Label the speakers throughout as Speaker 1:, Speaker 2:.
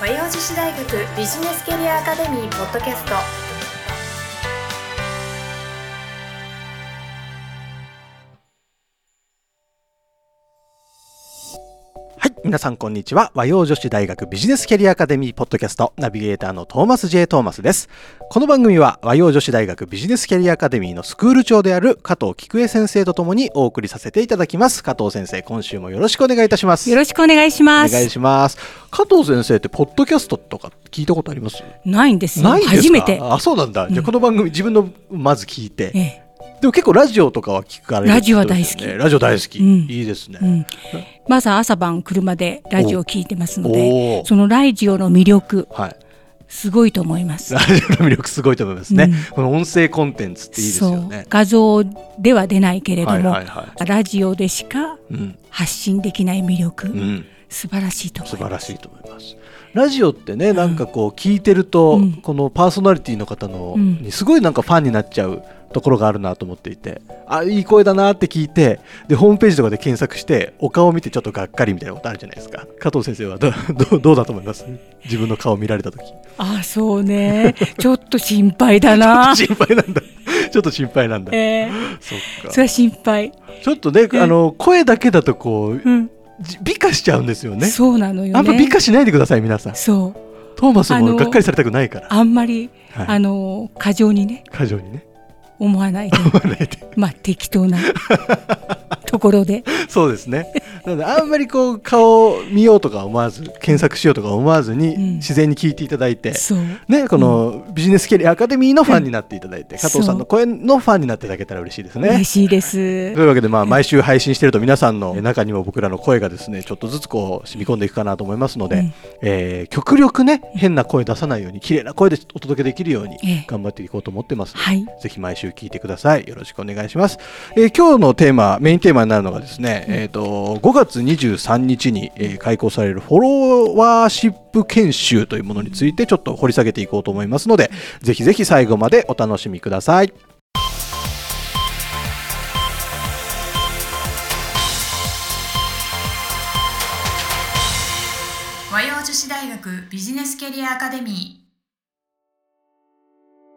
Speaker 1: 和洋女子大学ビジネスキャリアアカデミーポッドキャスト
Speaker 2: はい。皆さん、こんにちは。和洋女子大学ビジネスキャリアアカデミーポッドキャストナビゲーターのトーマス J. トーマスです。この番組は和洋女子大学ビジネスキャリアアカデミーのスクール長である加藤菊江先生とともにお送りさせていただきます。加藤先生、今週もよろしくお願いいたします。
Speaker 3: よろしくお願いしま
Speaker 2: お願い
Speaker 3: す。
Speaker 2: します。加藤先生って、ポッドキャストとか聞いたことあります
Speaker 3: ないんですよ。
Speaker 2: ないんですか
Speaker 3: 初めて。
Speaker 2: あ、そうなんだ。じゃあ、この番組、自分のまず聞いて。
Speaker 3: ええ
Speaker 2: でも結構ラジオとかは聞かれる、
Speaker 3: ラジオは大好き
Speaker 2: ラジオ大好き。
Speaker 3: うん
Speaker 2: いいですね。
Speaker 3: うん、まず朝晩車でラジオを聞いてますの
Speaker 2: お
Speaker 3: で
Speaker 2: お
Speaker 3: そのラジオの魅力
Speaker 2: はい。
Speaker 3: すごいと思います。
Speaker 2: ラジオの魅力すごいと思いますね、
Speaker 3: うん
Speaker 2: この音声コンテンツっていいですよ
Speaker 3: そう
Speaker 2: ね
Speaker 3: 画像では出ないけれども、
Speaker 2: はいはいは
Speaker 3: ラジオでしか
Speaker 2: うん、
Speaker 3: 発信できない魅力、
Speaker 2: うん、
Speaker 3: 素晴らしいと思
Speaker 2: 素
Speaker 3: い
Speaker 2: 晴
Speaker 3: ます。
Speaker 2: らしいと思いますラジオってねなんかこう聞いてると、
Speaker 3: うん
Speaker 2: このパーソナリティの方の、
Speaker 3: うん
Speaker 2: にすごいなんかファンになっちゃうところがあるなと思っていてあいい声だなって聞いてでホームページとかで検索してお顔見てちょっとがっかりみたいなことあるじゃないですか加藤先生はどどうどうだと思います自分の顔見られた時
Speaker 3: ああそうね ちょっと心配だ な。
Speaker 2: 心配なんだちょっと心配なんだ、
Speaker 3: ええ
Speaker 2: そっか
Speaker 3: それは心配。
Speaker 2: ちょっとね
Speaker 3: え
Speaker 2: あの声だけだとこう
Speaker 3: うん
Speaker 2: じ美化しちゃうんですよね。
Speaker 3: そうなのよね。
Speaker 2: あんま美化しないでください皆さん。
Speaker 3: そう
Speaker 2: トーマス
Speaker 3: あ
Speaker 2: も
Speaker 3: の
Speaker 2: がっかりされたくないから。
Speaker 3: あんまり、
Speaker 2: はい
Speaker 3: あの過剰にね
Speaker 2: 過剰にね。
Speaker 3: 思わないで。
Speaker 2: 笑えて
Speaker 3: まあ適当なところで、
Speaker 2: そうです ね。なのであんまりこう顔を見ようとか思わず検索しようとか思わずに
Speaker 3: うん
Speaker 2: 自然に聞いていただいて。
Speaker 3: そう、
Speaker 2: ね、このビジネスキャリアアカデミーのファンになっていただいて、
Speaker 3: うん
Speaker 2: 加藤さんの声のファンになっていただけたら嬉しいですね
Speaker 3: 嬉。しいです
Speaker 2: とい。うわけで、まあ、毎週配信してると皆さんの中にも僕らの声がですねちょっとずつこう染み込んでいくかなと思いますので、
Speaker 3: うん
Speaker 2: えー極力ね変な声出さないように綺麗な声でお届けできるように
Speaker 3: ええ
Speaker 2: 頑張っていこうと思ってますので、
Speaker 3: はい
Speaker 2: ぜひ毎週聞いてくださいよろしくお願いします、えー今日のテーマメインテーマになるのがですね、えー、と5月23日に、えー開講されるフォロワーシップ研修というものについてちょっと掘り下げていこうと思いますのでぜひぜひ最後までお楽しみください
Speaker 1: 和洋女子大学ビジネスキャリアアカデミ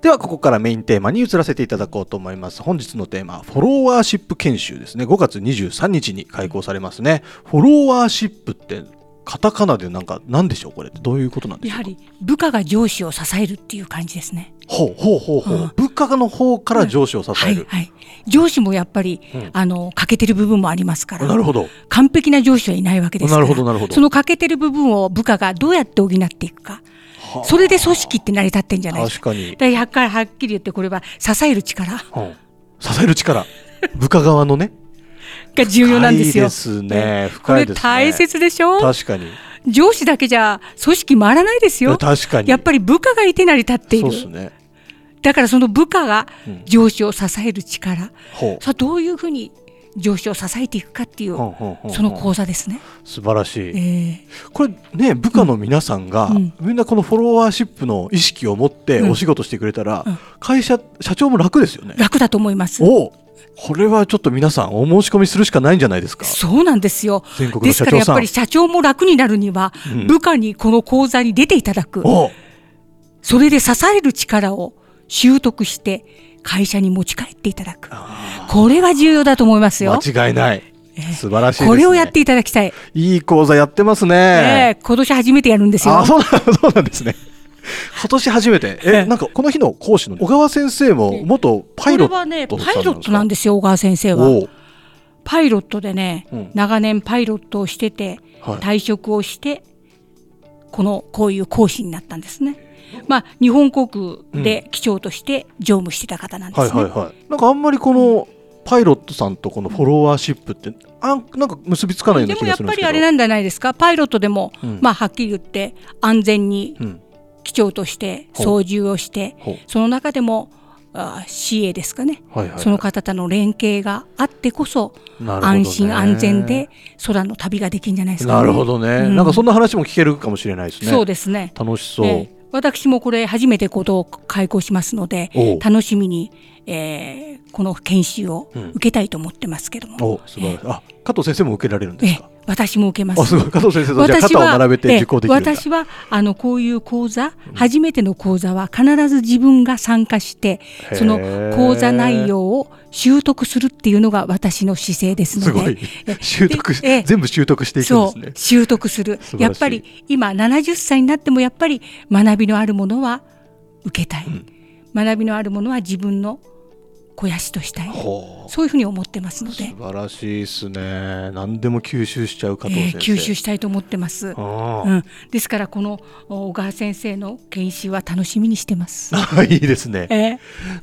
Speaker 2: ではここからメインテーマに移らせていただこうと思います本日のテーマフォロワーシップ研修ですね5月23日に開講されますねフォロワーシップってカタカナでなんか何でしょうこれってどういうことなんでしょ
Speaker 3: やは
Speaker 2: うか
Speaker 3: り部下が上司を支えるっていう感じですね。
Speaker 2: ほうほうほうほう、
Speaker 3: うん
Speaker 2: 物価の方から上司を支
Speaker 3: は
Speaker 2: え
Speaker 3: い
Speaker 2: る、
Speaker 3: はい。上司もやっぱり、
Speaker 2: うん
Speaker 3: あの欠けてる部分もありますか
Speaker 2: なる
Speaker 3: ら、
Speaker 2: ほど
Speaker 3: 完璧な上司はいないわけですから。
Speaker 2: なるほどなるほど
Speaker 3: その欠けてる部分を部下がどうやって補っていくか。
Speaker 2: はあ
Speaker 3: それで組織って成り立ってんじゃないです
Speaker 2: 確
Speaker 3: か。
Speaker 2: かに、
Speaker 3: だからやっぱりはっきり言ってこれは支える力
Speaker 2: うん支える力部下側のね
Speaker 3: が重要なんですよ。
Speaker 2: 深いですね
Speaker 3: こ
Speaker 2: 深い
Speaker 3: れ
Speaker 2: ですね
Speaker 3: 大切でしょ
Speaker 2: 確かに
Speaker 3: 上司だけじゃ組織回らないですよ。
Speaker 2: 確かに
Speaker 3: やっぱり部下がいて成り立ってい
Speaker 2: そう
Speaker 3: る。
Speaker 2: ですね
Speaker 3: だからその部下が
Speaker 2: うん
Speaker 3: 上司を支える力、
Speaker 2: ほう
Speaker 3: さあどういうふうに上司を支えていくかっていう、
Speaker 2: ほうほうほうほう
Speaker 3: その講座ですね。
Speaker 2: 素晴らしい、
Speaker 3: ええ
Speaker 2: これね部下の皆さんが、
Speaker 3: うん
Speaker 2: みんなこのフォロワーシップの意識を持って
Speaker 3: うん
Speaker 2: お仕事してくれたら、
Speaker 3: うん
Speaker 2: 会社社長も楽ですよね。
Speaker 3: 楽だと思います。
Speaker 2: おうこれはちょっと皆さんお申し込みするしかないんじゃないですか。
Speaker 3: そうなんですよ
Speaker 2: 全国の
Speaker 3: で
Speaker 2: 社
Speaker 3: す
Speaker 2: 長さん
Speaker 3: からやっぱり社長も楽になるには、
Speaker 2: うん
Speaker 3: 部下にこの講座に出ていただく、
Speaker 2: おう
Speaker 3: それで支える力を習得して、会社に持ち帰っていただく、これが重要だと思いますよ。
Speaker 2: 間違いない、素晴らしいです、ね。
Speaker 3: これをやっていただきたい。
Speaker 2: いい講座やってますね。
Speaker 3: ええ今年初めてやるんですよ。
Speaker 2: あそうなんそうなんですね。今年初めて、え、
Speaker 3: ええ
Speaker 2: なんかこの日の講師の小川先生も元パイロット
Speaker 3: これ
Speaker 2: さ
Speaker 3: は
Speaker 2: ん
Speaker 3: ね、パイロットなん
Speaker 2: で
Speaker 3: ですよ、小川先生
Speaker 2: す
Speaker 3: は。
Speaker 2: おう
Speaker 3: パイロットでね、
Speaker 2: うん
Speaker 3: 長年パイロットをしてて、
Speaker 2: はい
Speaker 3: 退職をしてこのこういう講師になったんですね。まあ日本航空で機長として乗務してた方なんです
Speaker 2: は
Speaker 3: ね。
Speaker 2: いはいはい。なんかあんまりこのパイロットさんとこのフォロワーシップってあんなんか結びつかないよう
Speaker 3: で
Speaker 2: な気
Speaker 3: も
Speaker 2: が
Speaker 3: やっ
Speaker 2: するんで
Speaker 3: ぱ
Speaker 2: すけ
Speaker 3: り
Speaker 2: ど。
Speaker 3: あれなんじゃないですかパイロットでも、
Speaker 2: うん
Speaker 3: まあはっきり言って安全に
Speaker 2: うん。
Speaker 3: 機長として
Speaker 2: ほう
Speaker 3: 操縦をして
Speaker 2: ほう
Speaker 3: その中でもあ CA ですかね、
Speaker 2: はいはいはい
Speaker 3: その方との連携があってこそ、
Speaker 2: なるほどね
Speaker 3: 安心安全で空の旅ができるんじゃないですか、ね、
Speaker 2: なるほどね、
Speaker 3: うん
Speaker 2: なんかそんな話も聞けるかもしれないですね。
Speaker 3: そうですね
Speaker 2: 楽しそう。
Speaker 3: ええ私もこれ初めてことを開講しますので
Speaker 2: おう
Speaker 3: 楽しみに、えーこの研修を
Speaker 2: うん
Speaker 3: 受けたいと思ってますけども、
Speaker 2: お素晴らしい。あ加藤先生も受けられるんですか。
Speaker 3: ええ私も受けます
Speaker 2: あすごい加藤先生とじゃあ
Speaker 3: 私
Speaker 2: 肩を
Speaker 3: は
Speaker 2: 並べて受講できるんだ
Speaker 3: ええ私はあのこういう講座、初めての講座は必ず自分が参加して
Speaker 2: へー
Speaker 3: その講座内容を習得するっていうのが私の姿勢ですの
Speaker 2: す
Speaker 3: で
Speaker 2: ごい
Speaker 3: え
Speaker 2: 習得し
Speaker 3: でええ
Speaker 2: 全部習得していく
Speaker 3: そ
Speaker 2: んで
Speaker 3: う
Speaker 2: すね
Speaker 3: 習得する
Speaker 2: 素晴らしい
Speaker 3: やっぱり今70歳になってもやっぱり学びのあるものは受けたい、学びのあるものは自分の肥やしとしたい
Speaker 2: ほう
Speaker 3: そういうふうに思ってますの
Speaker 2: 素
Speaker 3: で、
Speaker 2: 晴らしいですね何でも吸収しちゃう加
Speaker 3: え
Speaker 2: 藤先
Speaker 3: ー
Speaker 2: 生、
Speaker 3: 吸収したいと思ってます。
Speaker 2: あ
Speaker 3: うん、ですからこのお小川先生の研修は楽しみにしてます。
Speaker 2: あ いいですね
Speaker 3: え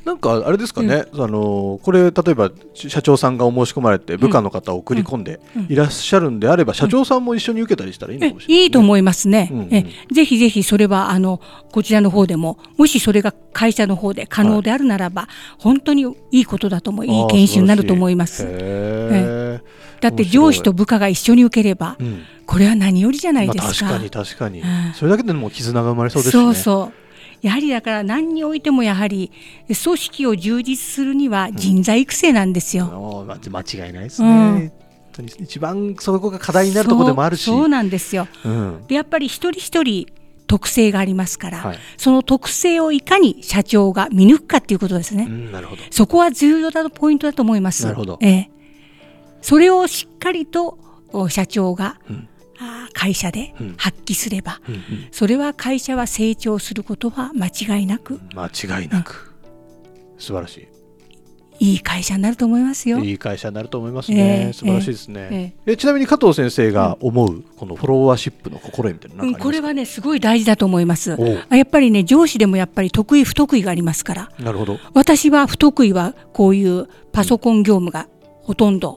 Speaker 2: なんかあれですかね、あのこれ例えば社長さんがお申し込まれて部下の方を送り込んでいらっしゃるんであれば、社長さんも一緒に受けたりしたらいいの
Speaker 3: え
Speaker 2: かもしれない、
Speaker 3: いいと思いますね。
Speaker 2: うんうん
Speaker 3: えぜひぜひそれはあのこちらの方でももしそれが会社の方で可能であるならば、本当にいいことだと思ういい研修になると思いま
Speaker 2: あー素
Speaker 3: す。
Speaker 2: 晴らしいへー
Speaker 3: だって上司と部下が一緒に受ければ、
Speaker 2: うん
Speaker 3: これは何よりじゃない
Speaker 2: まあ、
Speaker 3: ですか。
Speaker 2: 確かに確かに、
Speaker 3: うん
Speaker 2: それだけでもう絆が生まれそうですね
Speaker 3: そうそうやはりだから何においてもやはり組織を充実するには人材育成なんですよ。
Speaker 2: あーま間違いないですね、
Speaker 3: うん
Speaker 2: 本当に一番そこが課題になるところでもあるし
Speaker 3: そうそうなんですよ
Speaker 2: うん
Speaker 3: でやっぱり一人一人特性がありますから、
Speaker 2: はい
Speaker 3: その特性をいかに社長が見抜くかっていうことですね、
Speaker 2: うんなるほど
Speaker 3: そこは重要なポイントだと思います
Speaker 2: なるほど
Speaker 3: ええそれをしっかりとお社長が、
Speaker 2: うん
Speaker 3: あー会社で
Speaker 2: うん
Speaker 3: 発揮すれば、
Speaker 2: うんうん
Speaker 3: それは会社は成長することは間違いなく
Speaker 2: 間違いなく、素晴らしい
Speaker 3: いい会社になると思いますよ。
Speaker 2: いい会社になると思いますね、
Speaker 3: ええ
Speaker 2: 素晴らしいですね、
Speaker 3: え
Speaker 2: えちなみに加藤先生が思うこのフォロワーシップの心得みたいな
Speaker 3: う
Speaker 2: の
Speaker 3: ん、
Speaker 2: なんか
Speaker 3: こ
Speaker 2: あります
Speaker 3: れ
Speaker 2: か、
Speaker 3: はねすごい大事だと思います
Speaker 2: おう。
Speaker 3: あやっぱりね上司でもやっぱり得意不得意がありますから
Speaker 2: なるほど
Speaker 3: 私は不得意はこういうパソコン業務がほと んど、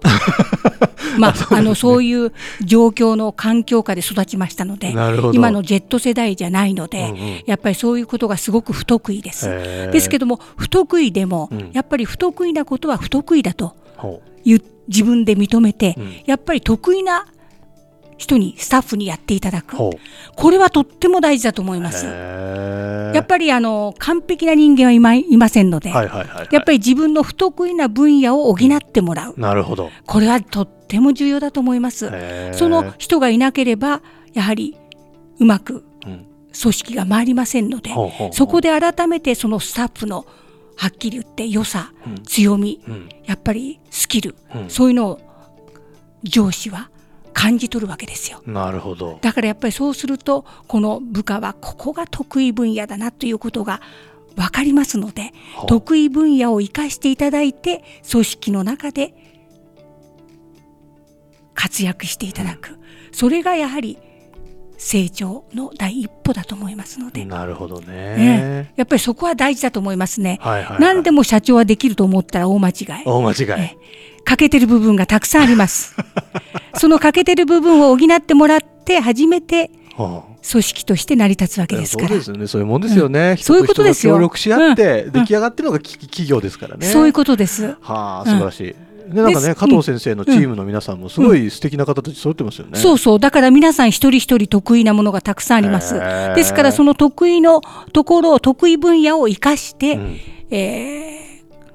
Speaker 3: まああのそういう状況の環境下で育ちましたので
Speaker 2: なるほど
Speaker 3: 今の Z 世代じゃないので、
Speaker 2: うんうん
Speaker 3: やっぱりそういうことがすごく不得意です。
Speaker 2: へー
Speaker 3: ですけども不得意でも、
Speaker 2: うん
Speaker 3: やっぱり不得意なことは不得意だと
Speaker 2: ほ
Speaker 3: いう自分で認めて、
Speaker 2: うん
Speaker 3: やっぱり得意な人にスタッフにやっていただ
Speaker 2: う
Speaker 3: く。
Speaker 2: ほ
Speaker 3: これはとっても大事だと思いうます。
Speaker 2: へー
Speaker 3: やっぱりあの完璧な人間はいまいませんので、
Speaker 2: はいはいはいはい、
Speaker 3: やっぱり自分の不得意な分野を補ってもらう、
Speaker 2: なるほど
Speaker 3: これはとっても重要だと思います。
Speaker 2: へー
Speaker 3: その人がいなければ、やはりうまく
Speaker 2: うん
Speaker 3: 組織が回りませんので、
Speaker 2: ほうほうほう
Speaker 3: そこで改めてそのスタッフのはっきり言って良さ、
Speaker 2: うん
Speaker 3: 強み、
Speaker 2: うん
Speaker 3: やっぱりスキル、
Speaker 2: うん
Speaker 3: そういうのを上司は感じ取るわけですよ。
Speaker 2: なるほど
Speaker 3: だからやっぱりそうするとこの部下はここが得意分野だなということが分かりますので
Speaker 2: はあ
Speaker 3: 得意分野を生かしていただいて組織の中で活躍していただくそれがやはり成長の第一歩だと思いますので、
Speaker 2: なるほどね
Speaker 3: ええやっぱりそこは大事だと思いますね。
Speaker 2: はいはい、はい、
Speaker 3: 何でも社長はできると思ったら大間違い。
Speaker 2: 大間違い
Speaker 3: ええ欠けてる部分がたくさんあ ります。その欠けてる部分を補ってもらって初めて
Speaker 2: ほう
Speaker 3: 組織として成り立つわけです
Speaker 2: そ
Speaker 3: か
Speaker 2: う
Speaker 3: ら。
Speaker 2: ですよねそういうもんですよね、人
Speaker 3: そういうこ
Speaker 2: 人
Speaker 3: と
Speaker 2: が
Speaker 3: ですよ
Speaker 2: 協力し合って
Speaker 3: うん
Speaker 2: 出来上がってるのがき企業ですからね
Speaker 3: そういうことです。
Speaker 2: はあ
Speaker 3: うん
Speaker 2: 素晴らしい、でなんかね
Speaker 3: です
Speaker 2: 加藤先生のチームの皆さんもすごい素敵な方たち揃ってますよね、
Speaker 3: そうそう。だから皆さん一人一人得意なものがたくさんあります。
Speaker 2: へー
Speaker 3: ですからその得意のところを得意分野を生かして、
Speaker 2: うん
Speaker 3: えー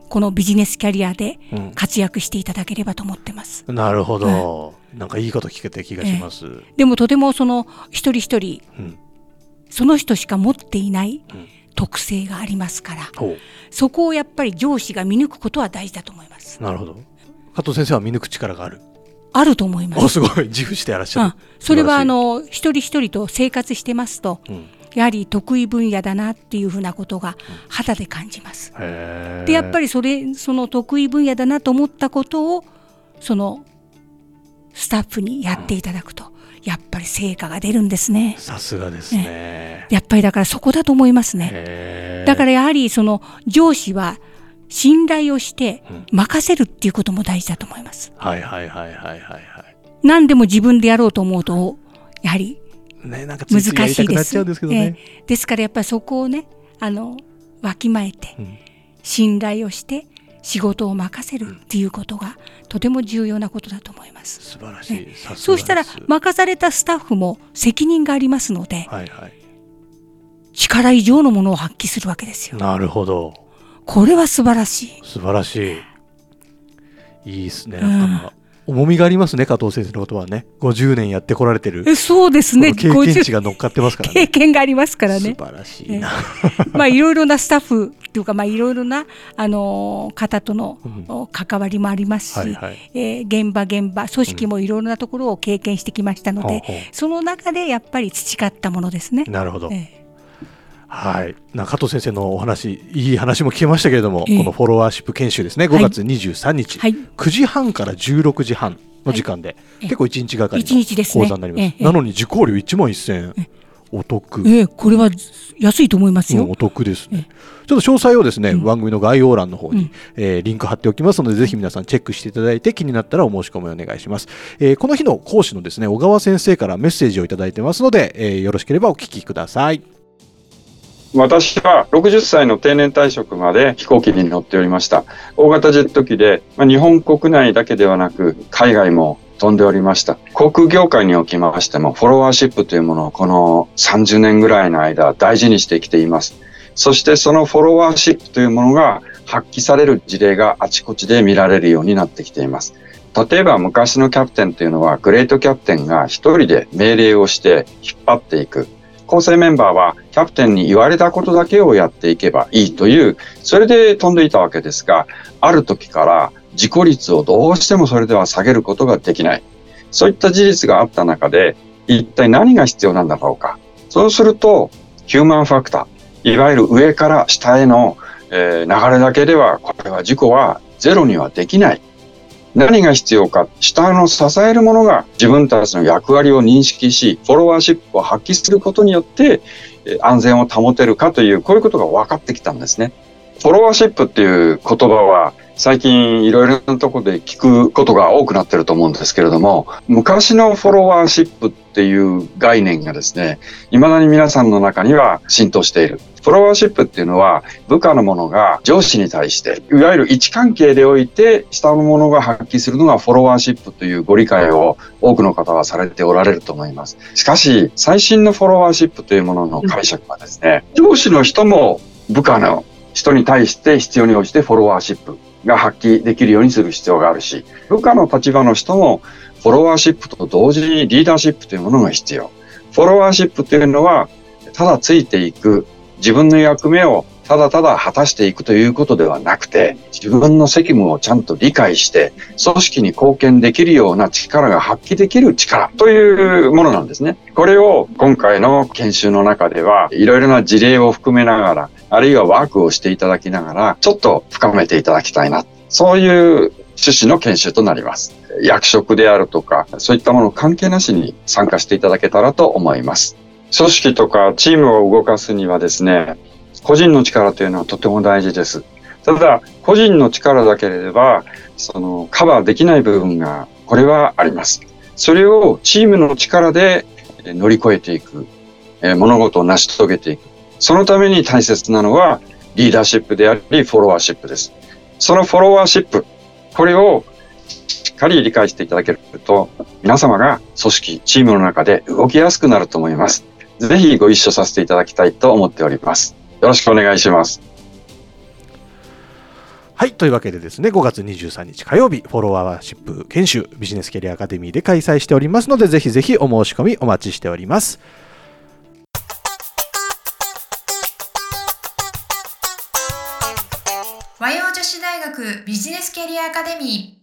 Speaker 3: このビジネスキャリアで
Speaker 2: うん
Speaker 3: 活躍していただければと思ってます。
Speaker 2: なるほど、なんかいいこと聞けて気がします、
Speaker 3: でもとてもその一人一人
Speaker 2: うん
Speaker 3: その人しか持っていない
Speaker 2: うん
Speaker 3: 特性がありますから、
Speaker 2: ほ
Speaker 3: そこをやっぱり上司が見抜くことは大事だと思います。
Speaker 2: うなるほど加藤先生は見抜く力がある
Speaker 3: あると思います。
Speaker 2: おすごい自負してやらっし
Speaker 3: う
Speaker 2: ゃ
Speaker 3: ん
Speaker 2: る、
Speaker 3: それはあ
Speaker 2: 素
Speaker 3: の一人一人と生活してますと、
Speaker 2: 晴らしいうん
Speaker 3: やはり得意分野だなっていうふうなことが肌で感じます。
Speaker 2: へ
Speaker 3: でやっぱ
Speaker 2: り
Speaker 3: りそれその得意分野だなと思ったことをそのスタッフにやっていただくと、やっぱり成果が出るんですね。
Speaker 2: さすがですね、
Speaker 3: やっぱりだからそこだと思いますね。
Speaker 2: へー
Speaker 3: だからやはりその上司は信頼をして
Speaker 2: うん
Speaker 3: 任せるっていうことも大事だと思います。
Speaker 2: はいはいはいはいはいはい
Speaker 3: 何でも自分でやろうと思うとやはり
Speaker 2: ねなんかつい
Speaker 3: 難
Speaker 2: ついやり
Speaker 3: したい
Speaker 2: く
Speaker 3: で
Speaker 2: なっ
Speaker 3: す。
Speaker 2: ちゃうんですけどね、
Speaker 3: ええですからやっぱりそこをねあのわきまえて
Speaker 2: うん
Speaker 3: 信頼をして仕事を任せるっていうことがとても重要なことだと思います。
Speaker 2: 素晴らしい、さすがです
Speaker 3: そうしたら任されたスタッフも責任がありますので
Speaker 2: はいはい
Speaker 3: 力以上のものを発揮するわけですよ。
Speaker 2: なるほど
Speaker 3: これは素晴らしい。
Speaker 2: 素晴らしいいいですね
Speaker 3: ん
Speaker 2: なかなか、重みがありますね加藤先生のことはね50年やってこられてる
Speaker 3: えそうですね
Speaker 2: この経験値
Speaker 3: 50
Speaker 2: が乗っかってますから
Speaker 3: 経
Speaker 2: ね
Speaker 3: 験がありますから
Speaker 2: 素
Speaker 3: ね
Speaker 2: 晴らしいな、
Speaker 3: まあいろいろなスタッフっていうかまあいろいろなあのー方との
Speaker 2: うん
Speaker 3: お関わりもありますし、
Speaker 2: はいはい
Speaker 3: えー現場現場組織もいろいろなところを経験してきましたので、
Speaker 2: ほうほう
Speaker 3: その中でやっぱり培ったものですね。
Speaker 2: なるほど、
Speaker 3: え
Speaker 2: はい、な加藤先生のお話いい話も聞けましたけれども、
Speaker 3: ええ
Speaker 2: このフォロワーシップ研修ですね
Speaker 3: はい
Speaker 2: 5月23日、
Speaker 3: はい
Speaker 2: 9時半から16時半の時間で、
Speaker 3: え
Speaker 2: 結構1日がかり
Speaker 3: 一日です
Speaker 2: の講
Speaker 3: ね
Speaker 2: 座になります
Speaker 3: ええ
Speaker 2: なのに受講料1万1000円お得、
Speaker 3: えええこれは安いと思います
Speaker 2: う
Speaker 3: よ。
Speaker 2: んお得ですねちょっと詳細をですね、番組の概要欄の方に、
Speaker 3: うん
Speaker 2: えーリンク貼っておきますのでぜひ皆さんチェックしていただいて気になったらお申し込みお願いします、えーこの日の講師のですね小川先生からメッセージをいただいてますので、えーよろしければお聞きください
Speaker 4: 私は60歳の定年退職まで飛行機に乗っておりました。大型ジェット機で、まあ、日本国内だけではなく海外も飛んでおりました。航空業界におきましてもフォロワーシップというものをこの30年ぐらいの間大事にしてきています。そしてそのフォロワーシップというものが発揮される事例があちこちで見られるようになってきています。例えば昔のキャプテンというのはグレートキャプテンが一人で命令をして引っ張っていく。構成メンバーはキャプテンに言われたことだけをやっていけばいいという、それで飛んでいたわけですが、ある時から自己率をどうしてもそれでは下げることができない。そういった事実があった中で、一体何が必要なんだろうか。そうすると、ヒューマンファクター、いわゆる上から下への、えー流れだけでは、これは事故はゼロにはできない。何が必要か、下の支えるものが自分たちの役割を認識し、フォロワーシップを発揮することによって、えー安全を保てるかという、こういうことが分かってきたんですね。フォロワーシップっていう言葉は、最近いろいろなところで聞くことが多くなってると思うんですけれども、昔のフォロワーシップっていう概念がですね、未だに皆さんの中には浸透している。フォロワーシップっていうのは、部下の者が上司に対して、いわゆる位置関係でおいて、下の者が発揮するのがフォロワーシップというご理解を多くの方はされておられると思います。しかし、最新のフォロワーシップというものの解釈はですね、上司の人も部下の人に対して必要に応じてフォロワーシップが発揮できるようにする必要があるし、部下の立場の人もフォロワーシップと同時にリーダーシップというものが必要。フォロワーシップというのは、ただついていく自分の役目をただただ果たしていくということではなくて、自分の責務をちゃんと理解して、組織に貢献できるような力が発揮できる力というものなんですね。これを今回の研修の中では、いろいろな事例を含めながら、あるいはワークをしていただきながら、ちょっと深めていただきたいな。そういう趣旨の研修となります。役職であるとか、そういったもの関係なしに参加していただけたらと思います。組織とかチームを動かすにはですね、個人の力というのはとても大事です。ただ、個人の力だければ、そのカバーできない部分が、これはあります。それをチームの力でえー乗り越えていく、えー物事を成し遂げていく。そのために大切なのは、リーダーシップであり、フォロワーシップです。そのフォロワーシップ、これをしっかり理解していただけると、皆様が組織、チームの中で動きやすくなると思います。ぜひご一緒させていただきたいと思っております。よろしくお願いします。
Speaker 2: はい。というわけでですね、5月23日火曜日、フォロワーシップ研修ビジネスキャリアアカデミーで開催しておりますので、ぜひぜひお申し込みお待ちしております。
Speaker 1: 和洋女子大学ビジネスキャリアアカデミ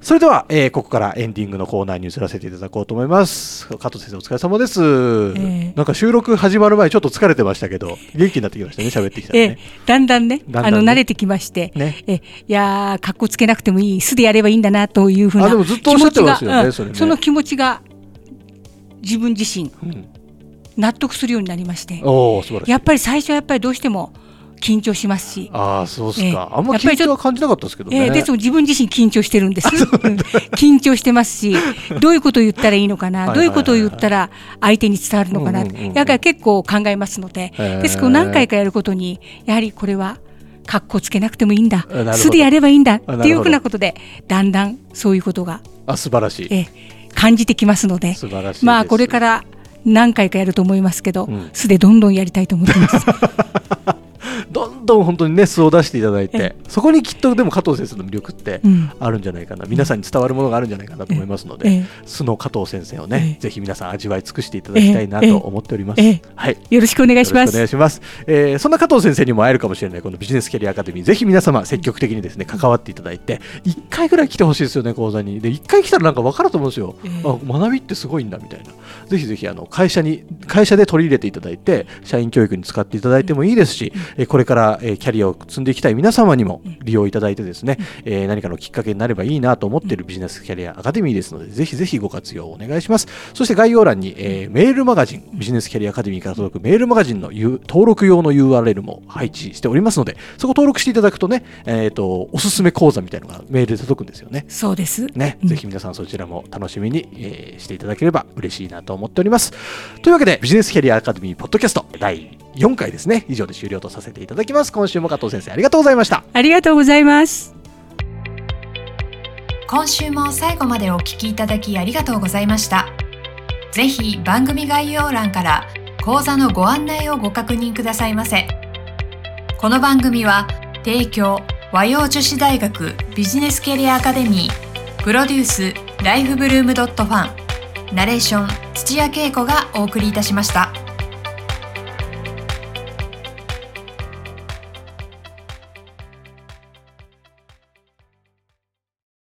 Speaker 2: それでは、えーここからエンディングのコーナーに移らせていただこうと思います。加藤先生、お疲れ様です。
Speaker 3: え
Speaker 2: なんか収録始まる前、ちょっと疲れてましたけど、元気になってきましたね、喋ってきたら
Speaker 3: え
Speaker 2: ね
Speaker 3: え。だんだんね
Speaker 2: だんだんね
Speaker 3: あの慣れてきまして、
Speaker 2: ね
Speaker 3: えいやーかっこつけなくてもいい素でやればいいんだなというふうな
Speaker 2: あでもずっとおっしゃってますよね
Speaker 3: 気持ちが
Speaker 2: それね
Speaker 3: の気持ちが自分自身
Speaker 2: うん、
Speaker 3: 納得するようになりまして
Speaker 2: おお、素晴らしい。
Speaker 3: やっぱり最初はやっぱりどうしても緊張しますし、
Speaker 2: ああ、そうっすか。
Speaker 3: ええ
Speaker 2: あんま緊張は感じなかったですけどね。
Speaker 3: えー、ですも自分自身緊張してるんです。うん緊張してますし、どういうことを言ったらいいのかな、
Speaker 2: はい
Speaker 3: ど
Speaker 2: はい
Speaker 3: う
Speaker 2: はいいう
Speaker 3: ことを言ったら相手に伝わるのかな、
Speaker 2: うんうんうんうん
Speaker 3: やっぱり結構考えますので、
Speaker 2: へー
Speaker 3: ですけど何回かやることに、やはりこれは格好つけなくてもいいんだ
Speaker 2: あなるほ、ど
Speaker 3: 素でやればいいんだって
Speaker 2: あな
Speaker 3: いう
Speaker 2: る
Speaker 3: ふ
Speaker 2: ほど
Speaker 3: うなことで、だんだんそういうことが、
Speaker 2: あ、素晴らしい。
Speaker 3: えー感じてきますので、
Speaker 2: 素晴らしいです。
Speaker 3: まあこれから何回かやると思いますけど、
Speaker 2: うん
Speaker 3: 素でどんどんやりたいと思ってます。
Speaker 2: どんどん本当にね素を出していただいてそこにきっとでも加藤先生の魅力って
Speaker 3: うん
Speaker 2: あるんじゃないかな皆さんに伝わるものがあるんじゃないかなと思いますの
Speaker 3: え
Speaker 2: で素の加藤先生をね
Speaker 3: ええ
Speaker 2: ぜひ皆さん味わい尽くしていただきたいなと思っております
Speaker 3: えええ。
Speaker 2: はい
Speaker 3: えよろしくお
Speaker 2: よ
Speaker 3: 願
Speaker 2: ろ
Speaker 3: い
Speaker 2: し
Speaker 3: し
Speaker 2: くお
Speaker 3: ま
Speaker 2: 願
Speaker 3: す
Speaker 2: いします。えーそんな加藤先生にも会えるかもしれないこのビジネスキャリアアカデミー、ぜひ皆様積極的にですね関わっていただいて、一回ぐらい来てほしいですよね講座に。で一回来たらなんか分かると思うんですよ。
Speaker 3: え
Speaker 2: あ学びってすごいんだみたいな。ぜひぜひあの会社に会社で取り入れていただいて社員教育に使っていただいてもいいですし、えーこれから、えーキャリアを積んでいきたい皆様にも利用いただいてですね、えー何かのきっかけになればいいなと思っているビジネスキャリアアカデミーですので、ぜひぜひご活用お願いします。そして概要欄に、えーメールマガジン、ビジネスキャリアアカデミーから届くメールマガジンの U- 登録用の URL も配置しておりますので、そこ登録していただくとね、えっ、と、おすすめ講座みたいなのがメールで届くんですよね。
Speaker 3: そうです
Speaker 2: ね、
Speaker 3: うん
Speaker 2: ぜひ皆さんそちらも楽しみに、えーしていただければ嬉しいなと思っております。というわけで、ビジネスキャリアアカデミーポッドキャスト第4回ですね、以上で終了とさせていただきます。今週も加藤先生ありがとうございました。
Speaker 3: ありがとうございます
Speaker 1: 今週も最後までお聞きいただきありがとうございましたぜひ番組概要欄から講座のご案内をご確認くださいませこの番組は提供和洋女子大学ビジネスキャリアアカデミープロデュースライフブルームドットファンナレーション土屋恵子がお送りいたしました。